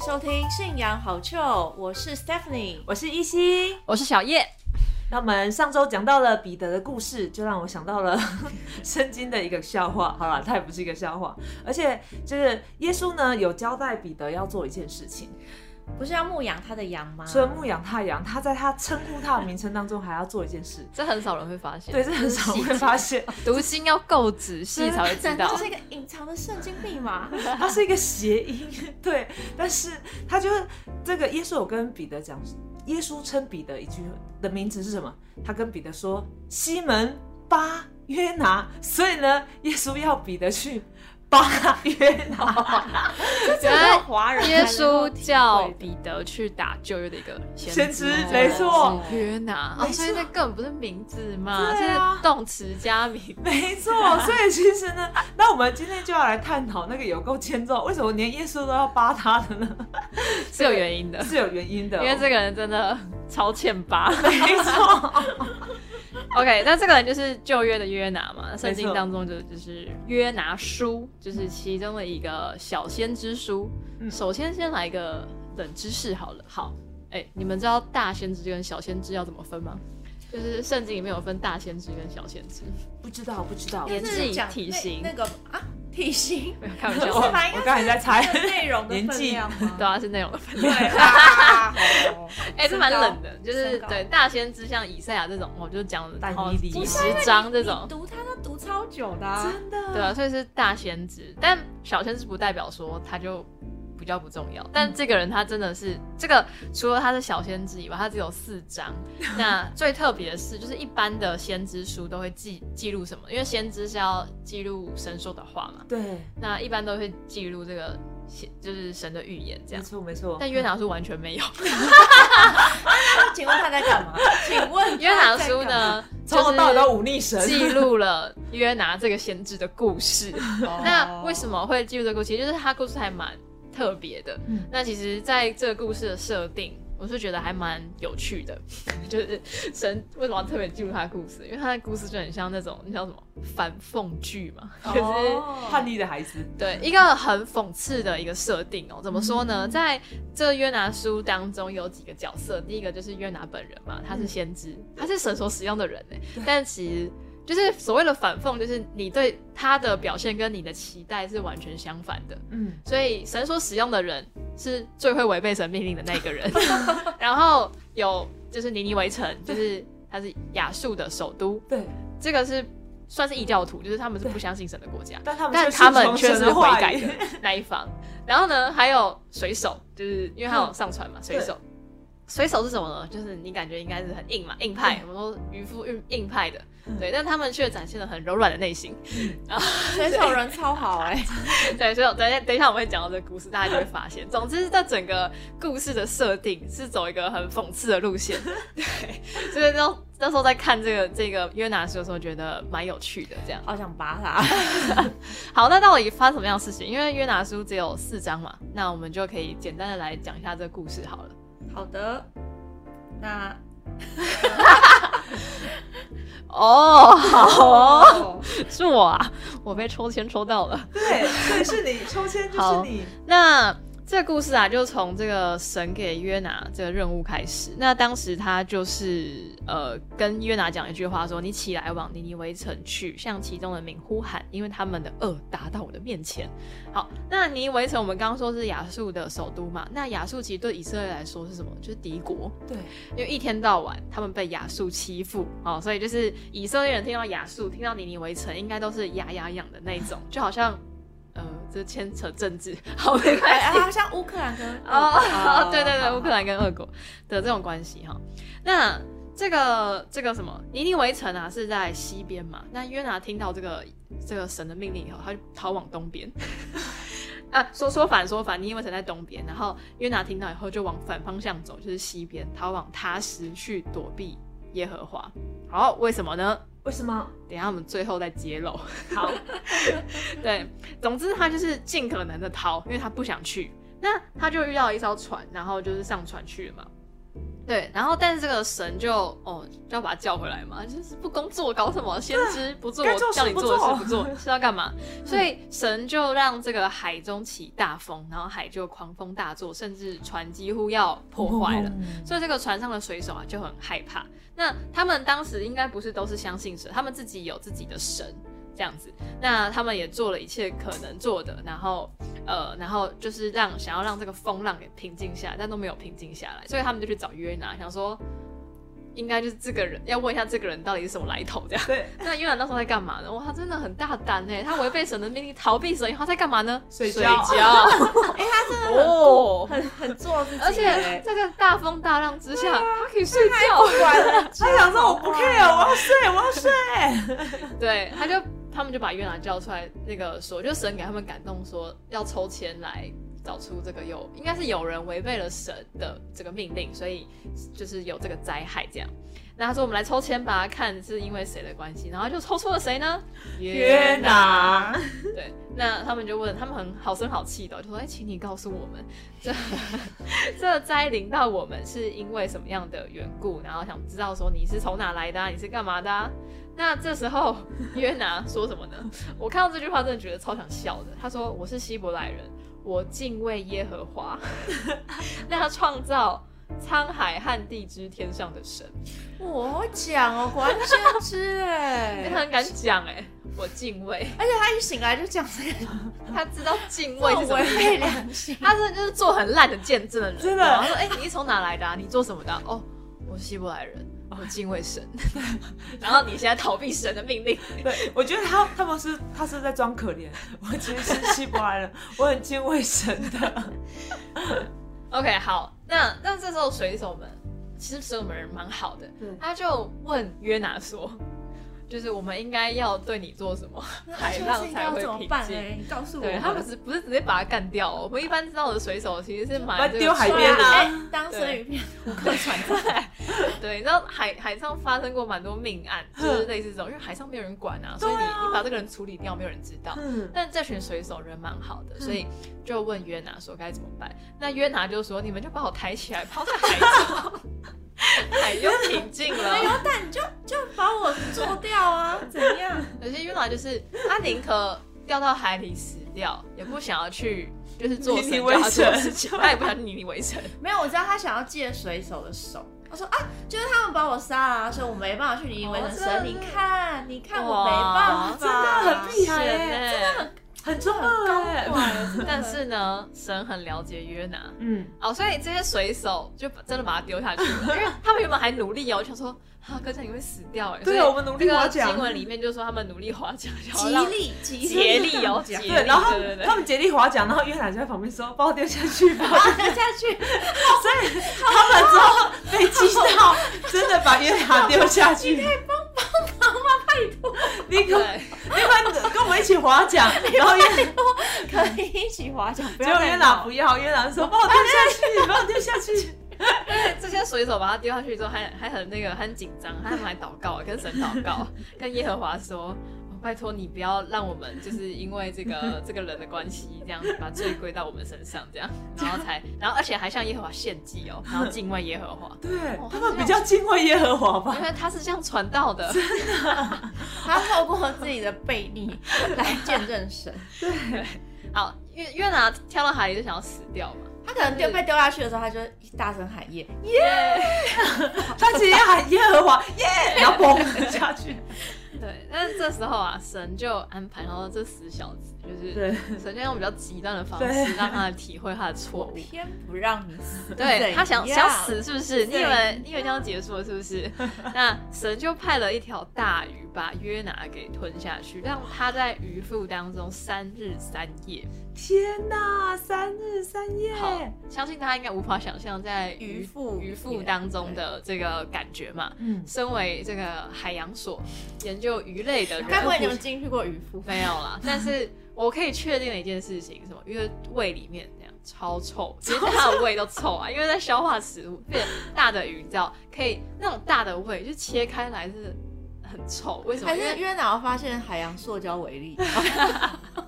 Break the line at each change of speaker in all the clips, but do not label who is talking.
收听《信仰好臭》，我是 Stephanie。
我是依稀。
我是小叶，
那我们上周讲到了彼得的故事，就让我想到了 圣经的一个笑话。好了，它也不是一个笑话，而且就是耶稣呢有交代彼得要做一件事情，
不是要牧养他的羊吗？
除了牧养太阳，他在他称呼他的名称当中还要做一件事。
这很少人会发现。
对，这很少会发现，
读心要够仔细才会知道
这。是一个隐藏的圣经密 码。
它是一个谐音。 对，但是他就是这个耶稣有跟彼得讲，耶稣称彼得一句的名字是什么？他跟彼得说西门巴约拿，所以呢，耶稣要彼得去巴约拿。
这是华人才
耶
能够
稣
体会
叫
的
彼得去打旧约的一个
先知
哦
没
错
约拿。哦，
没错
所以那根本不是名字嘛，
对啊
是动词加名。
没错，所以其实呢， 那我们今天就要来探讨那个有够欠揍，为什么连耶稣都要扒他的呢？
是有原因的，
是有原因的、哦
因为这个人真的超欠巴。
没错，
OK，那这个人就是旧约的约拿嘛，圣
没
经
错
当中就就是约拿书，就是其中的一个小先知书。
嗯
首先先来一个冷知识好了，好，哎、你们知道大先知跟小先知要怎么分吗？就是圣经里面有分大先知跟小先知，
不知道，不知道。
应该是
年纪
讲
体
那
型
那个啊，体型。
没有开玩
我
笑，
是吧应该
我刚才在猜
这个内容的
年
分
纪
量吗？
对啊，是内容 的分。
对 啊，好
哎、这蛮冷的，就是
身高
对大先知像以赛亚这种，我就讲了
但
哦
以理
几
不
十
是
章这种
啊你，读它都读超久的啊。
真的，
对啊，所以是大先知，但小先知不代表说他就比较不重要。但这个人他真的是这个，除了他是小先知以外，他只有四 章。那最特别的是，就是一般的先知书都会记记录什么？因为先知是要记录神说的话嘛，
对，
那一般都会记录这个先就是神的预言这
没
样。
错，没错。
但约拿书完全 没有，
那请问他在干 嘛？请问
约
他
拿
在
书
干嘛？
呢，
从头到尾都忤逆
就
神，
是 记录了约拿这个先知的故事。 那为什
么？
么会记住这个故事？就是他故事还蛮特别的。
嗯
那其实在这个故事的设定，我是觉得还蛮有趣的。 就是神为什么要特别记住他的故事？因为他的故事就很像那种，你知道什么反讽剧嘛？就是、
哦
叛逆的孩子，
对一个很讽刺的一个设定哦。怎么说呢？在这约拿书当中有几个角色，第一个就是约拿本人嘛，他是先知，他是神所使用的人呢。但其实就是所谓的反讽，就是你对他的表现跟你的期待是完全相反的。
嗯，
所以神所使用的人是最会违背神命令的那个 人。然后有就是尼尼微城，就是它是亚述的首都，
对，
这个是算是异教徒，就是他们是
对
不相信神的国家，
但他们
但
却
他们
顺从
却
神
是
的
悔
话
改
语
的那一方。然后呢，还有水手，就是因为他有上船
嗯
嘛，水手。水手是什么呢？就是你感觉应该是很硬嘛，硬派，我们说渔夫硬硬派的，
嗯
对，但他们却展现了很柔软的内心，
选手人超好哎，
对，所以我等一下等一下我们会讲到这个故事，大家就会发现。总之，这整个故事的设定是走一个很讽刺的路线， 对，所以那那时候在看这个这个约拿书的时候，觉得蛮有趣的。这样，
好想拔他。
好，那到底发生什么样的事情？因为约拿书只有四章嘛，那我们就可以简单的来讲一下这个故事好了。
好的，那
哦， 好哦，
哦，
是我啊，我被抽签抽到了。
对，所以是你抽签就是
好
你，
那这个故事啊，就从这个神给约拿这个任务开始。那当时他就是呃，跟约拿讲一句话说：“你起来，往尼尼微城去，向其中的民呼喊，因为他们的恶达到我的面前。”好，那尼尼微城我们刚刚说是亚述的首都嘛？那亚述其实对以色列来说是什么？就是敌国。
对，
因为一天到晚他们被亚述欺负哦，所以就是以色列人听到亚述、听到尼尼微城，应该都是牙痒痒的那一种，就好像呃，这牵扯政治，好没关
哎，
系。
哎好像乌克兰跟
哦，对对对，乌克。
好好
兰跟俄国的这种关系哈。那这个这个什么尼尼微城啊，是在西边嘛？那约拿听到这个这个神的命令以后，他就逃往东边。 啊，说说反说反，尼尼微城在东边，然后约拿听到以后就往反方向走，就是西边，逃往他石去躲避耶和华。好，为什么呢？
为什么？
等一下我们最后再揭露。
好，
对，总之他就是尽可能的逃，因为他不想去。那他就遇到一艘船，然后就是上船去了嘛。对，然后但是这个神就哦就要把他叫回来嘛，就是不工作搞什么，先知不做
该做
我
事
叫你
不
做的
做
事不做，是要干 嘛？所以神就让这个海中起大风，然后海就狂风大作，甚至船几乎要破坏了。所以这个船上的水手啊就很害怕。那他们当时应该不是都是相信神，他们自己有自己的神这样子。那他们也做了一切可能做的，然后呃，然后就是让想要让这个风浪给平静下来，但都没有平静下来，所以他们就去找约拿，想说应该就是这个人要问一下这个人到底是什么来头这样。
对，
那约拿那时候在干嘛呢？哇，他真的很大胆哎，他违背神的命令逃避神，然后他在干嘛呢？
睡觉
睡觉
哎，他真的很
哦。
很很做自己耶，
而且这个大风大浪之 下，他可以睡觉，
管
他想说我不 care，我要睡，我 要睡。
对，他就他们就把约拿叫出来，那个说，就神给他们感动说要抽签来找出这个有应该是有人违背了神的这个命令，所以就是有这个灾害这样。那他说我们来抽签吧，看是因为谁的关系，然后就抽出了谁呢？
约拿，
对，那他们就问，他们很好声好气的，就说：“哎、请你告诉我们，这这灾临到我们是因为什么样的缘故？然后想知道说你是从哪来的、啊，你是干嘛的、啊？”那这时候约拿说什么呢？我看到这句话真的觉得超想笑的。他说：“我是希伯来人，我敬畏耶和华， 那他创造沧海和地之天上的神。”
我会讲哦，果然是先知
因
哎
为他，很敢讲哎、我敬畏，
而且他一醒来就讲这个，
他知道敬畏
我
是什么意
违
思
背良心。
他真的就是做很烂的见证的人，
真的
然后说：“哎、你是从哪来的、啊？你做什么的啊、哦，我是希伯来人，我敬畏 神。然后你现在逃避神的命令，
对，我觉得他他们是他是在装可怜，我其实是希伯来人，我很敬畏神的。
OK，好，那那这时候水手们，其实水手们人蛮好的
对，
他就问约拿说，就是我们应该要对你做什么，海
这
浪
应该
才
要
会
怎么
平
办呢？
静。
你
哦
告诉我
对
们，
他们是不是直接把它干掉、哦？我们一般知道的水手其实是
把
蛮
它丢海边啊
哎，当生鱼片无可传菜。
对，你知道海海上发生过蛮多命案，就是类似这种，因为海上没有人管啊，所以你、你把这个人处理掉，没有人知道。
嗯，
但这群水手人蛮好的，所以就问约拿说该怎么办。那约拿就说：“你们就把我抬起来，抛在海 中，海就平静了。”
哎
没有哎蛋，你就就把我做掉啊？ 怎样？
有些约拿就是他宁可掉到海里死掉，也不想要去就是做神
泥
叫
为
他做的
神
事情，他也不想泥泥为神。
没有，我知道他想要借水手的手。我说啊，就是他们把我杀了啊，所以我没办法去你为神。
哦真的
你看，你看，我
哇
没办法，
真
的很 厉害
神
耶
欸
很重
很
要
高
哎。
怪。
但是呢，神很了解约拿，
嗯，
哦，所以这些水手就把真的把它丢下去了，因为他们原本还努力哦，就想说啊，哥你会死掉哎。
对啊
所以
我们努力划桨
这个新闻里面就说他们努力划桨，然后
吉
让
利吉利
竭力 哦，竭力，
对，然后
对对对
他们竭力划桨，然后约拿就在旁边说：“把我丢下去吧。
啊，等下去，”
所以他们之后被击到，真的把约拿丢下去。你可以帮帮忙吗？拜托，
对，
你可你们跟我们一起划桨，然后约
可以一起划桨，不
结
要
果
再
约
闹
拿不要，约拿说：“把我丢下去，把我丢下去。
这些水手把它丢下去之后，还还很那个，还很紧张，他们还祷告，跟神祷告，跟耶和华说。哦拜托你不要让我们就是因为这个这个人的关系，这样子把罪归到我们身上，这样，然后才，然后而且还向耶和华献祭哦，然后敬畏耶和华。”
对
哦，
他们比较敬畏耶和华吧
原。来他是这样传道的，
他透过自己的背逆来见证神。
好，哦越越南跳到海里就想要死掉嘛，
他可能丢被丢下去的时候，他就一大声喊耶，
他直接喊耶和华耶，然后嘣下去。
对，但是这时候啊，神就安排，然后这死小子就是
对，
神就用比较极端的方式
对
让他体会他的错 误，
偏不让你死。
对他想
怎样
想死是不是？你以为
对
你以为这样结束了是不是？ 那神就派了一条大鱼把约拿给吞下去，让他在鱼腹当中三日三夜。
天哪，三日三夜。
好，相信他应该无法想象在
鱼腹
鱼腹当中的这个感觉嘛。
嗯，
身为这个海洋所研究鱼类的人，
该不会你们进去过渔夫？
没有 啦？但是我可以确定的一件事情，什么？因为胃里面这样超臭，其实它的胃都臭 啊，因为在消化食物。变大的鱼，你知道，可以那种大的胃就切开来是很臭，为什么？
还
因
是
为
约拿发现海洋塑胶为 例，
对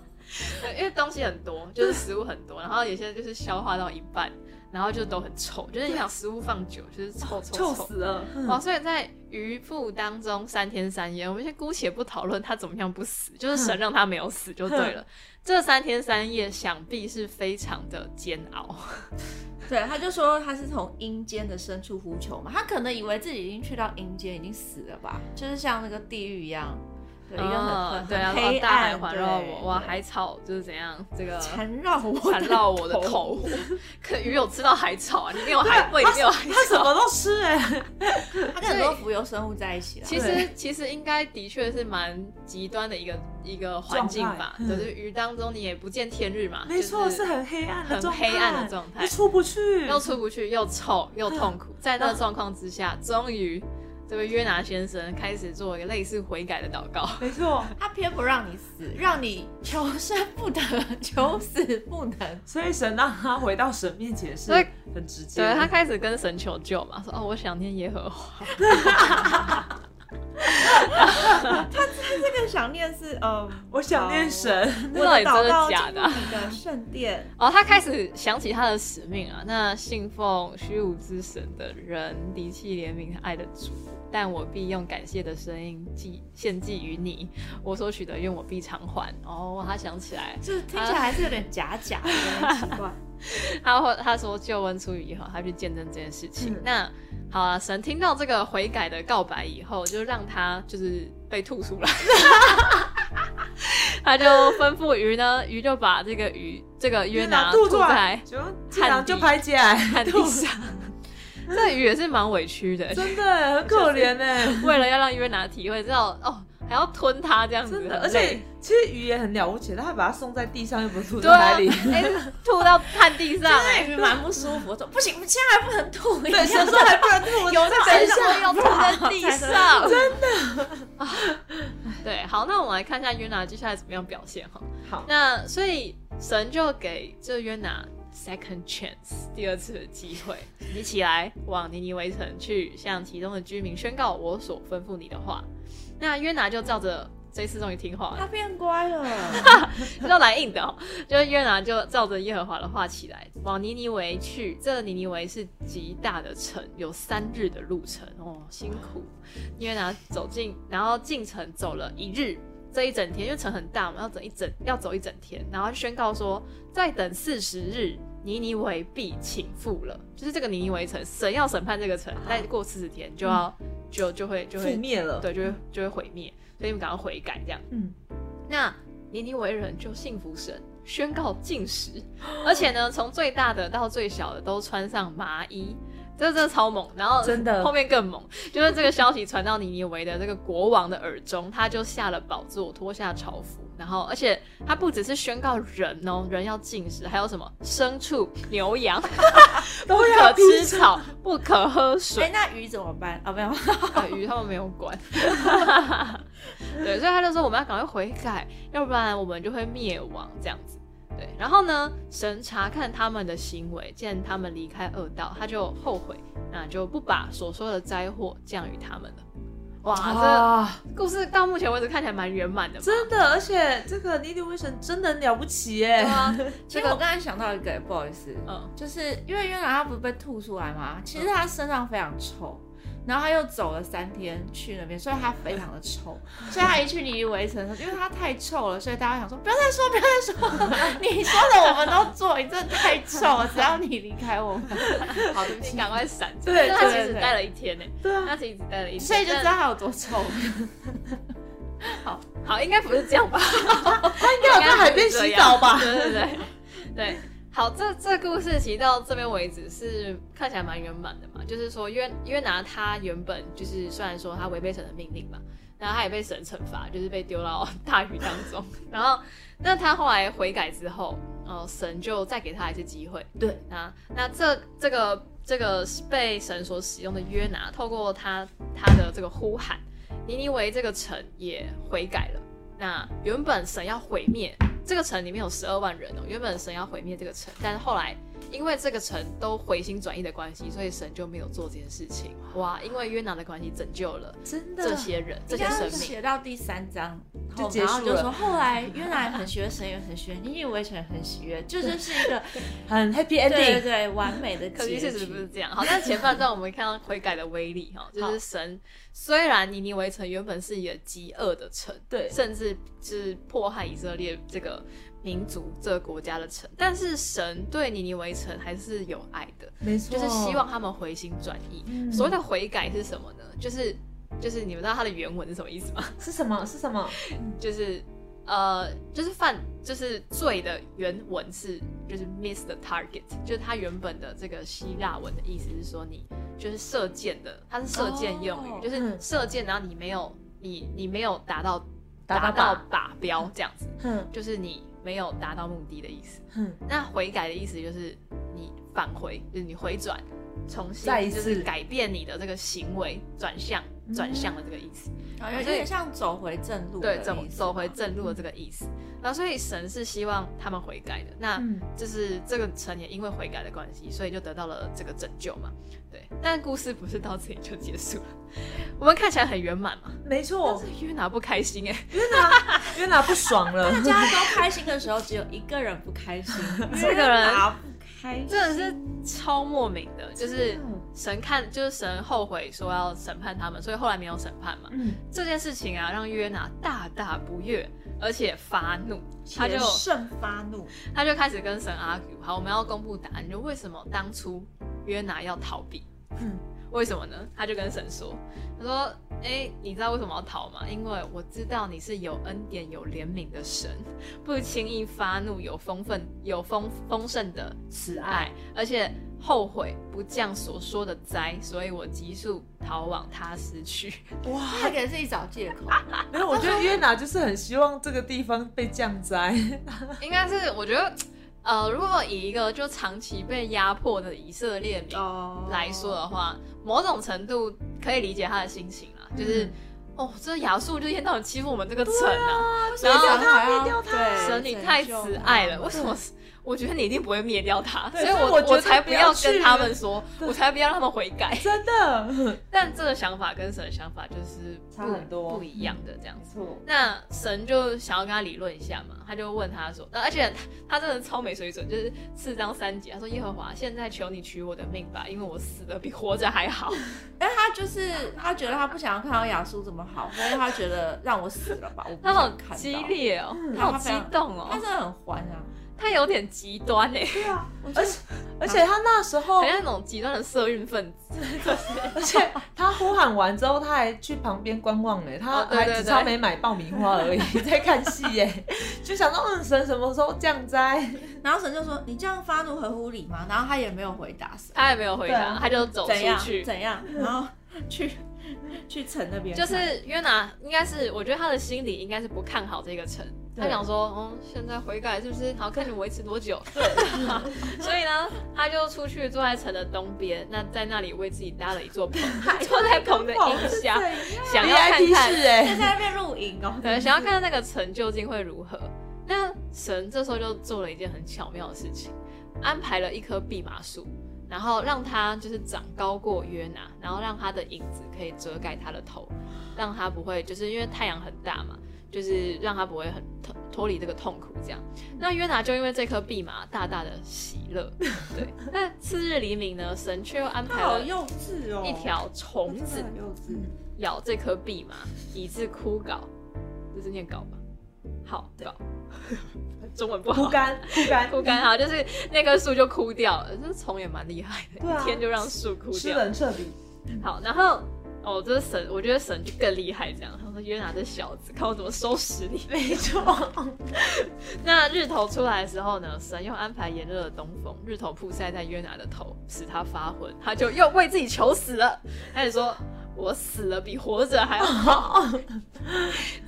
因为东西很多，就是食物很多，然后有些就是消化到一半，然后就都很臭，就是你想食物放久就是臭臭嗯
臭死了。
哇，哦所以在鱼腹当中三天三夜，我们先姑且不讨论他怎么样不死，就是神让他没有死就对了。这三天三夜想必是非常的煎熬，
对，他就说他是从阴间的深处呼求嘛，他可能以为自己已经去到阴间，已经死了吧，就是像那个地狱一样，对，一个很很
嗯对啊，
很
然后
黑
大海
暗，
环
对
绕我，哇，
对
海草就是怎样这个。
缠绕我，
缠绕我的头，可鱼有吃到海草啊？你没有海，我也没有海
他什
草。
么都吃哎、
它跟很多浮游生物在一起了。
其
对
实其实应该的确是蛮极端的一个一个环境吧，
状态嗯
就是鱼当中你也不见天日嘛，
没错，
就是
很黑暗的
很
状态，
黑暗的状态
你出 不去，
又出不去，又臭又痛苦，在那个状况之下，终于这位约拿先生开始做一个类似悔改的祷告。
没错。
他偏不让你死，让你求生不得， 求死不 能。
所以神让他回到神面前是
所以
很直接
对
的，
他开始跟神求救嘛，说哦，我想念耶和华。
这个想念是，呃，
我想念神，
我
到
的
底真
祷
的
告
假
进
的
入
啊？
你的圣殿。
哦，他开始想起他的使命啊。那信奉虚无之神的人，离弃怜悯和爱的主，但我必用感谢的声音祭献祭于你。我所取的愿，我必偿还。哦，他想起来，
就是听起来还是有点假假的，有点奇 怪。
他会他说救恩出于以后，他去见证这件事情。
嗯
那好啊，神听到这个悔改的告白以后，就让他就是被吐出来， 他就吩咐鱼呢，鱼就把这个鱼这个约拿
吐出
在
就竟然就拍起来，
看地
吐
上。这鱼也是蛮委屈的，
真的很可怜哎、
为了要让约拿体会到哦，还要吞它这样子，
真的，
很
而
累
且其实鱼也很了不起，他还把它送在地上，又不是吐
对
在
啊，
海里，
哎、吐到看 地上、哎
那鱼蛮不舒服，我说不行，现在还不能吐。对
对，神说还不能吐，
啊有
再等一下，
要吐在地上，真的。 对，好，那我们来看一下约拿接下来怎么样表现哈。
好
那所以神就给这约拿 second chance 第二次的机会，你起来往尼尼微城去，向其中的居民宣告我所吩咐你的话。那约拿就照着这次终于听话了
他，变乖了，
是要来硬的、哦，就是约拿就照着耶和华的话起来，往尼尼微去。这尼尼微是极大的城，有三日的路程哦，辛苦。约拿走进，然后进城走了一日，这一整天，因为城很大嘛，要走一整要走一整天，然后宣告说，再等四十日，尼尼微必倾覆了。就是这个尼尼微城，神要审判这个城，再过四十天就要、就就会就
覆
会
灭了，
对，就会就会毁灭，所以你们赶快悔改这样。
嗯，
那尼尼微人就信服神，宣告禁食，而且 呢，从最大的到最小的都穿上麻衣。这真的超猛，然后
真的
后面更猛，就是这个消息传到尼尼微的这个国王的耳中，他就下了宝座，脱下朝服，然后而且他不只是宣告人哦，人要禁食，还有什么牲畜、牛羊 不
都
可
要
吃
吃，
草，不可喝 水
哎，，那鱼怎么办啊？没有，
啊，鱼他们没有管， 对，所以他就说我们要赶快悔改，要不然我们就会灭亡这样子。对，然后呢，神查看他们的行为，见他们离开恶道，他就后悔，那就不把所说的灾祸降于他们了。哇，
哇，
这故事到目前为止看起来蛮圆满的嘛。
真的，而且这个尼迪威神真的很了不起耶、
对啊，
其实我刚才想到一个，不好意思，
嗯，
就是因为原来他不是被吐出来吗？其实他身上非常臭，然后他又走了三天去那边，所以他非常的臭。所以他一去尼尼微城的时候，因为他太臭了，所以大家想说不要再说，不要再说 了，你说的我们都做，你真的太臭了，只要你离开我们，好，对不
你
起。
赶快闪。
对
但他
对
其实
对对
待了一天呢、
对啊，
他其实只待了一天，
所以就知道
但
他有多臭。
好，应该不是这样吧？
他 应该有在海边洗澡吧？
对对对对，好，这这故事其实到这边为止是看起来蛮圆满的嘛，就是说约约拿他原本就是虽然说他违背神的命令嘛，然后他也被神惩罚，就是被丢到大鱼当中，然后那他后来悔改之后，哦、神就再给他一次机会，
对，
那那这这个这个被神所使用的约拿，透过他他的这个呼喊，尼尼微这个城也悔改了。那原本神要毁灭这个城，里面有十二万人哦，原本神要毁灭这个城，但是后来因为这个城都回心转意的关系，所以神就没有做这件事情。哇，因为约拿的关系拯救了
真的啊
这些人，这些
应该
生
是
命。
写到第三章，后，
结
然
束
后就
了
说后来约拿也很喜悦，神也很喜悦，你以为神很喜悦，这就是一个
很 happy
对对
ending。
对完美的
可是
结
事实不是
局。
这样。好，但前半段我们看到悔改的威力哈，就是神虽然尼尼微城原本是一个极恶的城，
对
甚至是迫害以色列这个民族、这个国家的城，但是神对尼尼微城还是有爱的，
没错，
就是希望他们回心转意。
哦嗯
所谓的悔改是什么呢？就是就是你们知道它的原文是什么意思吗？
是什么？是什么？
就是呃，就是犯就是罪的原文是就是 miss the target，就是它原本的这个希腊文的意思是说你就是射箭的，它是射箭用语，
哦
就是
嗯
射箭，然后你没有你你没有达到
达到
到靶标这样子，
哼
就是你没有达到目的的意思。
哼，
那悔改的意思就是你返回，就是你回转，重新
再一
就
次
是改变你的这个行为，转向
嗯
转向的这个意思。
然哦后有点像走回正路的
啊对，
意思
走
嘛，
走回正路的这个意思。然后，所以神是希望他们悔改的。那
嗯
就是这个城也因为悔改的关系，所以就得到了这个拯救嘛。对，但故事不是到这里就结束了。我们看起来很圆满嘛，
没
但
错
是，约拿不开心哎、
约拿不爽了。
大家都开心的时候，只有一个人不开 心，
这个人
约拿不开心，
真的是超莫名的，就是
真的
神看，就是神后悔说要审判他们，所以后来没有审判嘛。
嗯，
这件事情啊，让约拿大大不悦，而且发怒，他就
且甚发 怒，
他就开始跟神 argue，好，我们要公布答案，就为什么当初约拿要逃避？
嗯
为什么呢？他就跟神说，他说，哎、你知道为什么要逃吗？因为我知道你是有恩典、有怜悯的神，不轻易发怒，有丰盛、有丰丰盛的慈爱，而且后悔不降所说的灾，所以我急速逃往他失去。
哇，
他给自己找借口。
没有，我觉得约拿就是很希望这个地方被降灾。
应该是我觉得，呃，如果以一个就长期被压迫的以色列民
哦
来说的话，某种程度可以理解他的心情啦，就是、
嗯
哦，这亚述就一天到晚欺负我们这个城啊，
所以
然后
想好
灭
要
掉他
对
神你太慈爱了，为什？
拯救
么？ 我觉得你一定不会灭掉他，所
对
以我
所以我觉得
才
不
不
要
要
去
跟他们说，
对
我才不要让他们悔改。
真的，
但这个想法跟神的想法就是不
差很多
不一样的这样子。
错，
那神就想要跟他理论一下嘛，他就问他说，呃而且他他真的超没水准，就是四章三节，他说耶和华，现在求你取我的命吧，因为我死的比活着还好。
但嗯哎他就是他觉得他不想要看到雅苏这么好，所以他觉得让我死了吧，我不
他好
想看到。
激烈哦，
嗯
他好激动哦
他，真的很欢啊，
他有点极端哎，
对啊，
我觉得
而且而且他那时候
很，像那种极端的社运分子。
而且他呼喊完之后，他还去旁边观望呢，他
哦对
还
对
只
对
差没买爆米花而已， 在看戏耶，就想到嗯神什么时候降灾？
然后神就说：“你这样发怒合乎理吗？”然后他也没有回答神，
他也没有回
对
答，
啊
他就走
怎样
出去。
怎样，然后去 去城那边
就
看，
是约拿应该是，我觉得他的心里应该是不看好这个城，
对
他想说，嗯，现在悔改是不是？好看你维持多久？对， 所以呢，他就出去坐在城的东边，那在那里为自己搭了一座棚，坐在棚的荫下，想要看
VIP
看
室
他
哎，
在那边露营哦，
对，想要看看那个城究竟会如何。那神这时候就做了一件很巧妙的事情，安排了一棵蓖麻树，然后让它就是长高过约拿，然后让它的影子可以遮盖他的头，让他不会就是因为太阳很大嘛，就是让他不会很脱脱离这个痛苦这样。那约拿就因为这棵蓖麻大大的喜乐，对。那次日黎明呢，神却又安
他
排
好
了
幼稚哦，
一条虫子
真的很幼稚。
咬这颗蓖麻，以致枯槁，这是念槁吧？好，槁， 中文不好
枯，干枯干
枯干好，就是那棵树就枯掉了。这虫也蛮厉害的，
对啊
一天就让树枯
吃
掉。
人彻底，
好，然后哦，这是神，我觉得神就更厉害，这样他说约拿这小子，看我怎么收拾你。
没错，
那日头出来的时候呢，神又安排炎热的东风，日头曝晒在约拿的头，使他发昏，他就又为自己求死了。开始说：“我死了比活着还 好。”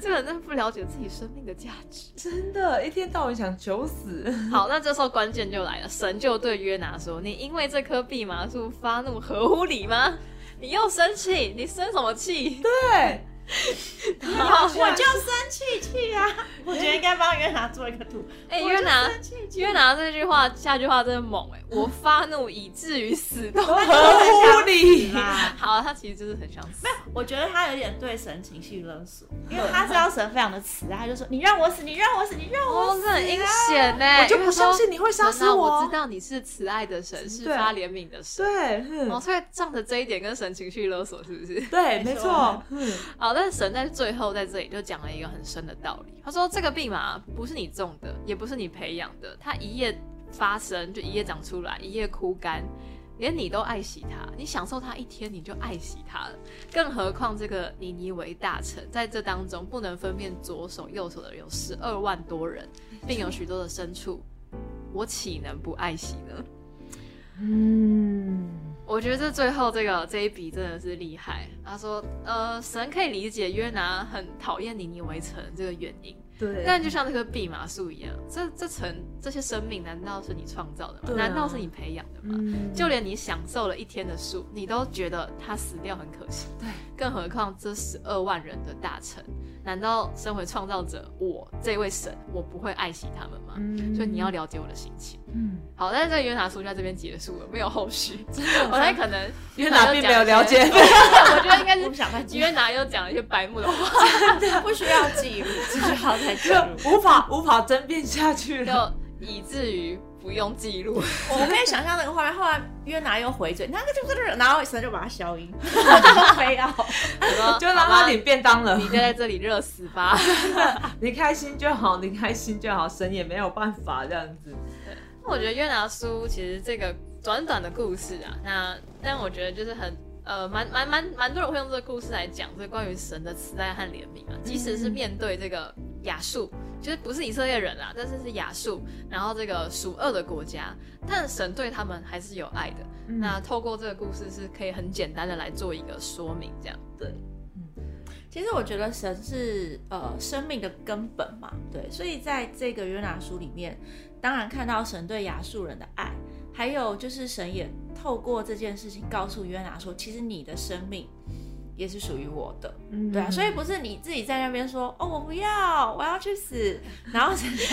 这个人真的不了解自己生命的价 值。
真的，一天到晚想求死，
好，那这时候关键就来了，神就对约拿说：“你因为这棵蓖麻树发怒合乎理吗？你又生气，你生什么气？”
对，
我就生气气啊！ 我觉得应该帮约拿做一个图。
哎、
我就
约拿，
生气气
约拿这句话，下句话真的猛哎、我发怒以至于死都。
合理。
啦。
好，他其实就是很想死。
我觉得他有点对神情绪勒索，因为他知道神非常的慈爱，他就说你让我死，你让我死，你让我
哦，
死。
这很阴险欸呢！
我就不相信你会杀
神
死
啊
我
我知道你是慈爱的神，是
对
发怜悯的神。
对，
哦，
嗯，
所以仗着这一点跟神情绪勒索，是不是？
对，
没
没
错
哦
错，嗯，
好，但是神在最后在这里就讲了一个很深的道理。他说：“这个病嘛，不是你种的，也不是你培养的，它一夜发生就一夜长出来，一夜枯干，连你都爱惜它。你享受它一天，你就爱惜它了。更何况这个尼尼为大臣，在这当中不能分辨左手右手的有十二万多人，并有许多的牲畜，我岂能不爱惜呢？”
嗯，
我觉得最后这个这一笔真的是厉害。他说，呃，神可以理解约拿很讨厌尼尼微城这个原因，
对
但就像那棵蓖麻树一样，这这层这些生命难道是你创造的吗？
对啊
难道是你培养的吗？
嗯
就连你享受了一天的树，你都觉得它死掉很可惜。
对，
更何况这十二万人的大臣，难道身为创造者，我这位神，我不会爱惜他们吗？
嗯
所以你要，了解我的心情。
嗯，
好，但是这个约拿书就在这边结束了，没有后续。 我猜可能
约拿并没有了
约
解
拿又讲一些我觉得应该
哦我不
是
想再记
约拿又 讲了一些白目的话，
不需要记录，不需要再记
就
录。
无法无法争辩下去了。
就以至于不用记 录。
我可以想象那个画面，后来约拿又回嘴，那个就是，然后神就把他消 音，就非要。
就让他领便当了
好吧，你就在这里热死吧。
你开心就好，你开心就好，神也没有办法这样子。
我觉得约拿书其实这个短短的故事啊，那但我觉得就是很呃，蛮蛮蛮蛮多人会用这个故事来讲，这关于神的慈爱和怜悯啊。即使是面对这个亚述，其实不是以色列人啦，但是是亚述，然后这个属恶的国家，但神对他们还是有爱的。
嗯
那透过这个故事是可以很简单的来做一个说明，这样
其实我觉得神是呃生命的根本嘛，对，所以在这个约拿书里面，当然看到神对亚述人的爱，还有就是神也透过这件事情告诉约拿说，其实你的生命也是属于我的，
嗯
对啊，所以不是你自己在那边说哦我不要，我要去死，然后神就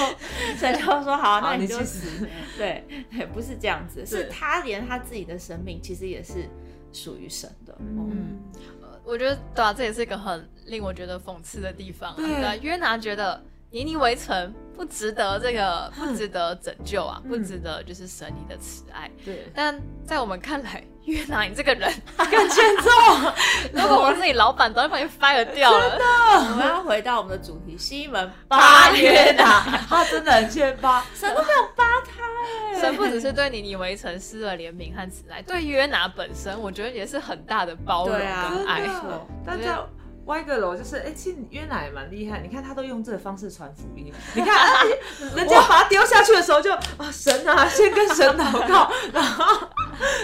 神就说好，那
好
你
你
就
去
死，对， 对不是这样子，是
对
他连他自己的生命其实也是属于神的，嗯。
嗯，
呃我觉得对啊，这也是一个很令我觉得讽刺的地方、啊。
对
啊，约拿觉得尼尼围城不值得这个，不值得拯救啊，
嗯
不值得就是神你的慈爱。
对，
但在我们看来，约拿你这个 人，
哦
更欠揍。
如果我是你老板，早就把你 fire 掉 了。
我们要回到我们的主题，西门
八
八啊
约
约
拿，
拿，
他真的很欠巴。
神都没有扒他哎、
神不只是对尼尼围城施了怜悯和慈爱，对约拿本身，我觉得也是很大的包容
对啊
跟爱。
没
真
错
的，但在歪个楼就是，哎、其实约拿也蛮厉害，你看他都用这个方式传福音，你看， 啊人家把他丢下去的时候就啊神啊，先跟神祷告， 然后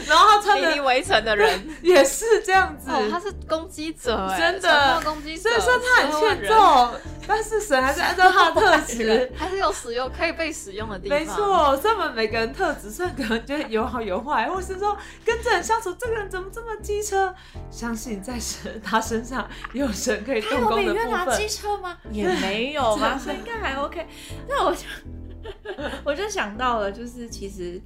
然后他穿
尼尼
的
围城的人，
也是这样子，
哦，他是攻击者哎，
真的
沉默攻击者，
所以说他很欠
所有人，
揍，啊但是神还是按照他的特质。
还是有使用可以被使用的地方。
没，错，所以我们每个人特质，虽然可能觉得有好有坏，或是说跟这人相处，这个人怎么这么机车？相信在神他身上有神可以
他
动
有
工
比
的
约拿
部 分
机。车吗？也没 有吧，所以应该还 OK。那 我就我就想到了，就是其实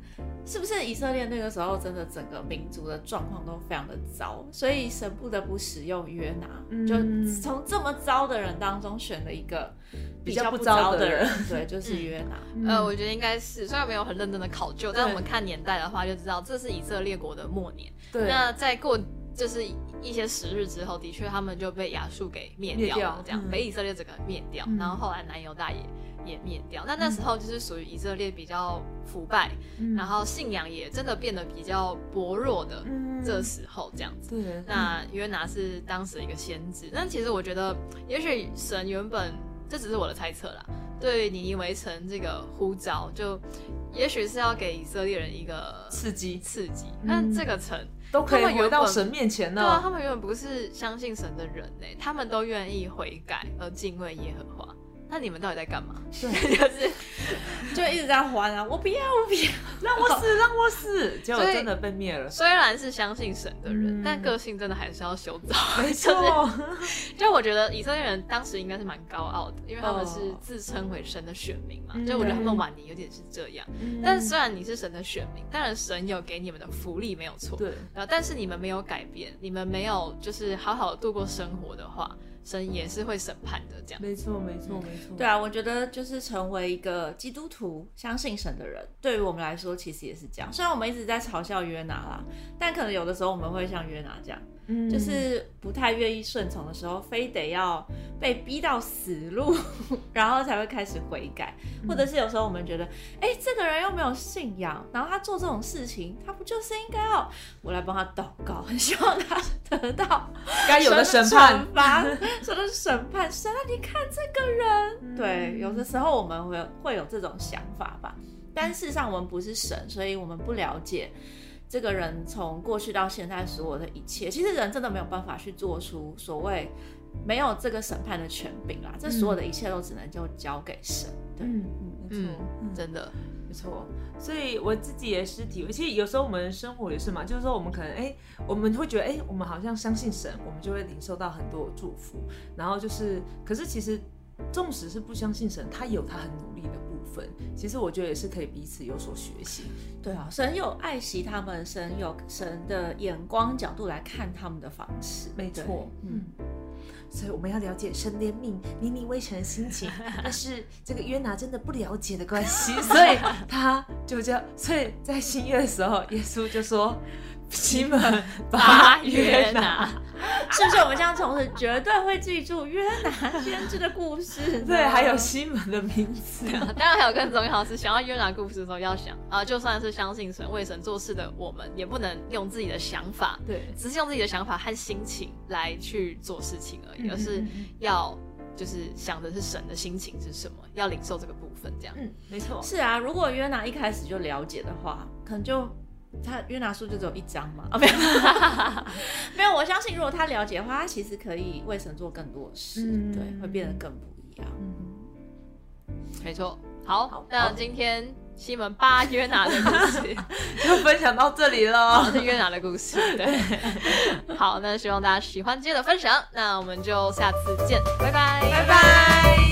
是不是以色列那个时候真的整个民族的状况都非常的糟，所以神不得不使用约拿，
嗯
就从这么糟的人当中选了一个
比
较
较
不
不
糟
糟的
人
人，
对，就是约 拿。
嗯
呃，我觉得应该是，虽然没有很认真的考究，但我们看年代的话，就知道这是以色列国的末年。
对
那再过就是一些时日之后，的确他们就被亚述给灭
灭
掉了
掉，
这样
嗯
被以色列整个灭掉，
嗯
然后后来南犹大也也灭掉。那那时候就是属于以色列比较腐败，
嗯
然后信仰也真的变得比较薄弱的
嗯
这时候这样子。
对，
那约拿是当时一个先知，但其实我觉得，也许神原本这只是我的猜测啦，对尼尼微城这个呼召，就也许是要给以色列人一个
刺激
刺激。
嗯
但这个城，
都可以
他们
回
原
到
本
神面前
对啊，
了。
他们原本不是相信神的人呢、他们都愿意悔改而敬畏耶和华。那那你们到底在干嘛？
对，
就是
就一直这样还啊，我不要，我不要。
让我死，让我死，结果
所以
真的被灭了。
虽然是相信神的人，
嗯
但个性真的还是要修造。
没
就是
错，
就我觉得以色列人当时应该是蛮高傲的，因为他们是
哦
自称为神的选民嘛。
嗯
就我觉得他们晚年有点是这样。但是虽然你是神的选民，当然神有给你们的福利没有错，
嗯对，
然后但是你们没有改变，你们没有就是好好地度过生活的话，神也是会审判的。这样，
没错，没错，没错。
对啊，我觉得就是成为一个基督徒、相信神的人，对于我们来说其实也是这样。虽然我们一直在嘲笑约拿啦，但可能有的时候我们会像约拿这样，
嗯，
就是不太愿意顺从的时候，非得要被逼到死路， 然后才会开始悔改，或
嗯
者是有时候我们觉得，哎、这个人又没有信仰，然后他做这种事情，他不就是应该要我来帮他祷告， 很希望他得到
该有的审判
神的惩罚， 神的审判，神啊，你看这个人，
嗯
对，有的时候我们会有会有这种想法吧，但事实上我们不是神，所以我们不了解这个人从过去到现在所有的一切。其实人真的没有办法去做出所谓没有这个审判的权柄啦，这所有的一切都只能就交给神。对，
嗯，没
嗯
错，嗯，
真 的，
没错，所以我自己也是体会，其实有时候我们生活也是嘛，就是说我们可能哎、我们会觉得哎、我们好像相信神，我们就会领受到很多祝福，然后就是，可是其实纵使是不相信神，他有他很努力的部分，其实我觉得也是可以彼此有所学习。
对啊，神有爱惜他们，神有神的眼光角度来看他们的方式。
没
对
错，
嗯
嗯。所以我们要了解神怜悯、尼尼微城的心 情，但是这个约拿真的不了解的关 系，所以他就叫，所以在新约的时候，耶稣就说：“西门
巴
巴
约
约
拿
拿。”
嗯是不是我们将从此绝对会记住约拿先知的故事嗯呢？
对，还有西门的名字。
当然还有更重要的是，想要约拿故事的时候，要想啊、就算是相信神、为神做事的我们，也不能用自己的想法，
对，
只是用自己的想法和心情来去做事情而已，
嗯
而是要就是想的是神的心情是什么，要领受这个部分这样。
嗯，没错。
是啊，如果约拿一开始就了解的话，可能就他约拿书就只有一章嘛，啊没有， 没有。我相信如果他了解的话，他其实可以为神做更多的事，
嗯
对，会变得更不一样。
嗯，
没错。好，
好
那
好
今天西门巴约拿的故 事，
就分享到这里了。
是约拿的故事。对， 好，那希望大家喜欢今天的分享，那我们就下次见，拜拜，拜
拜。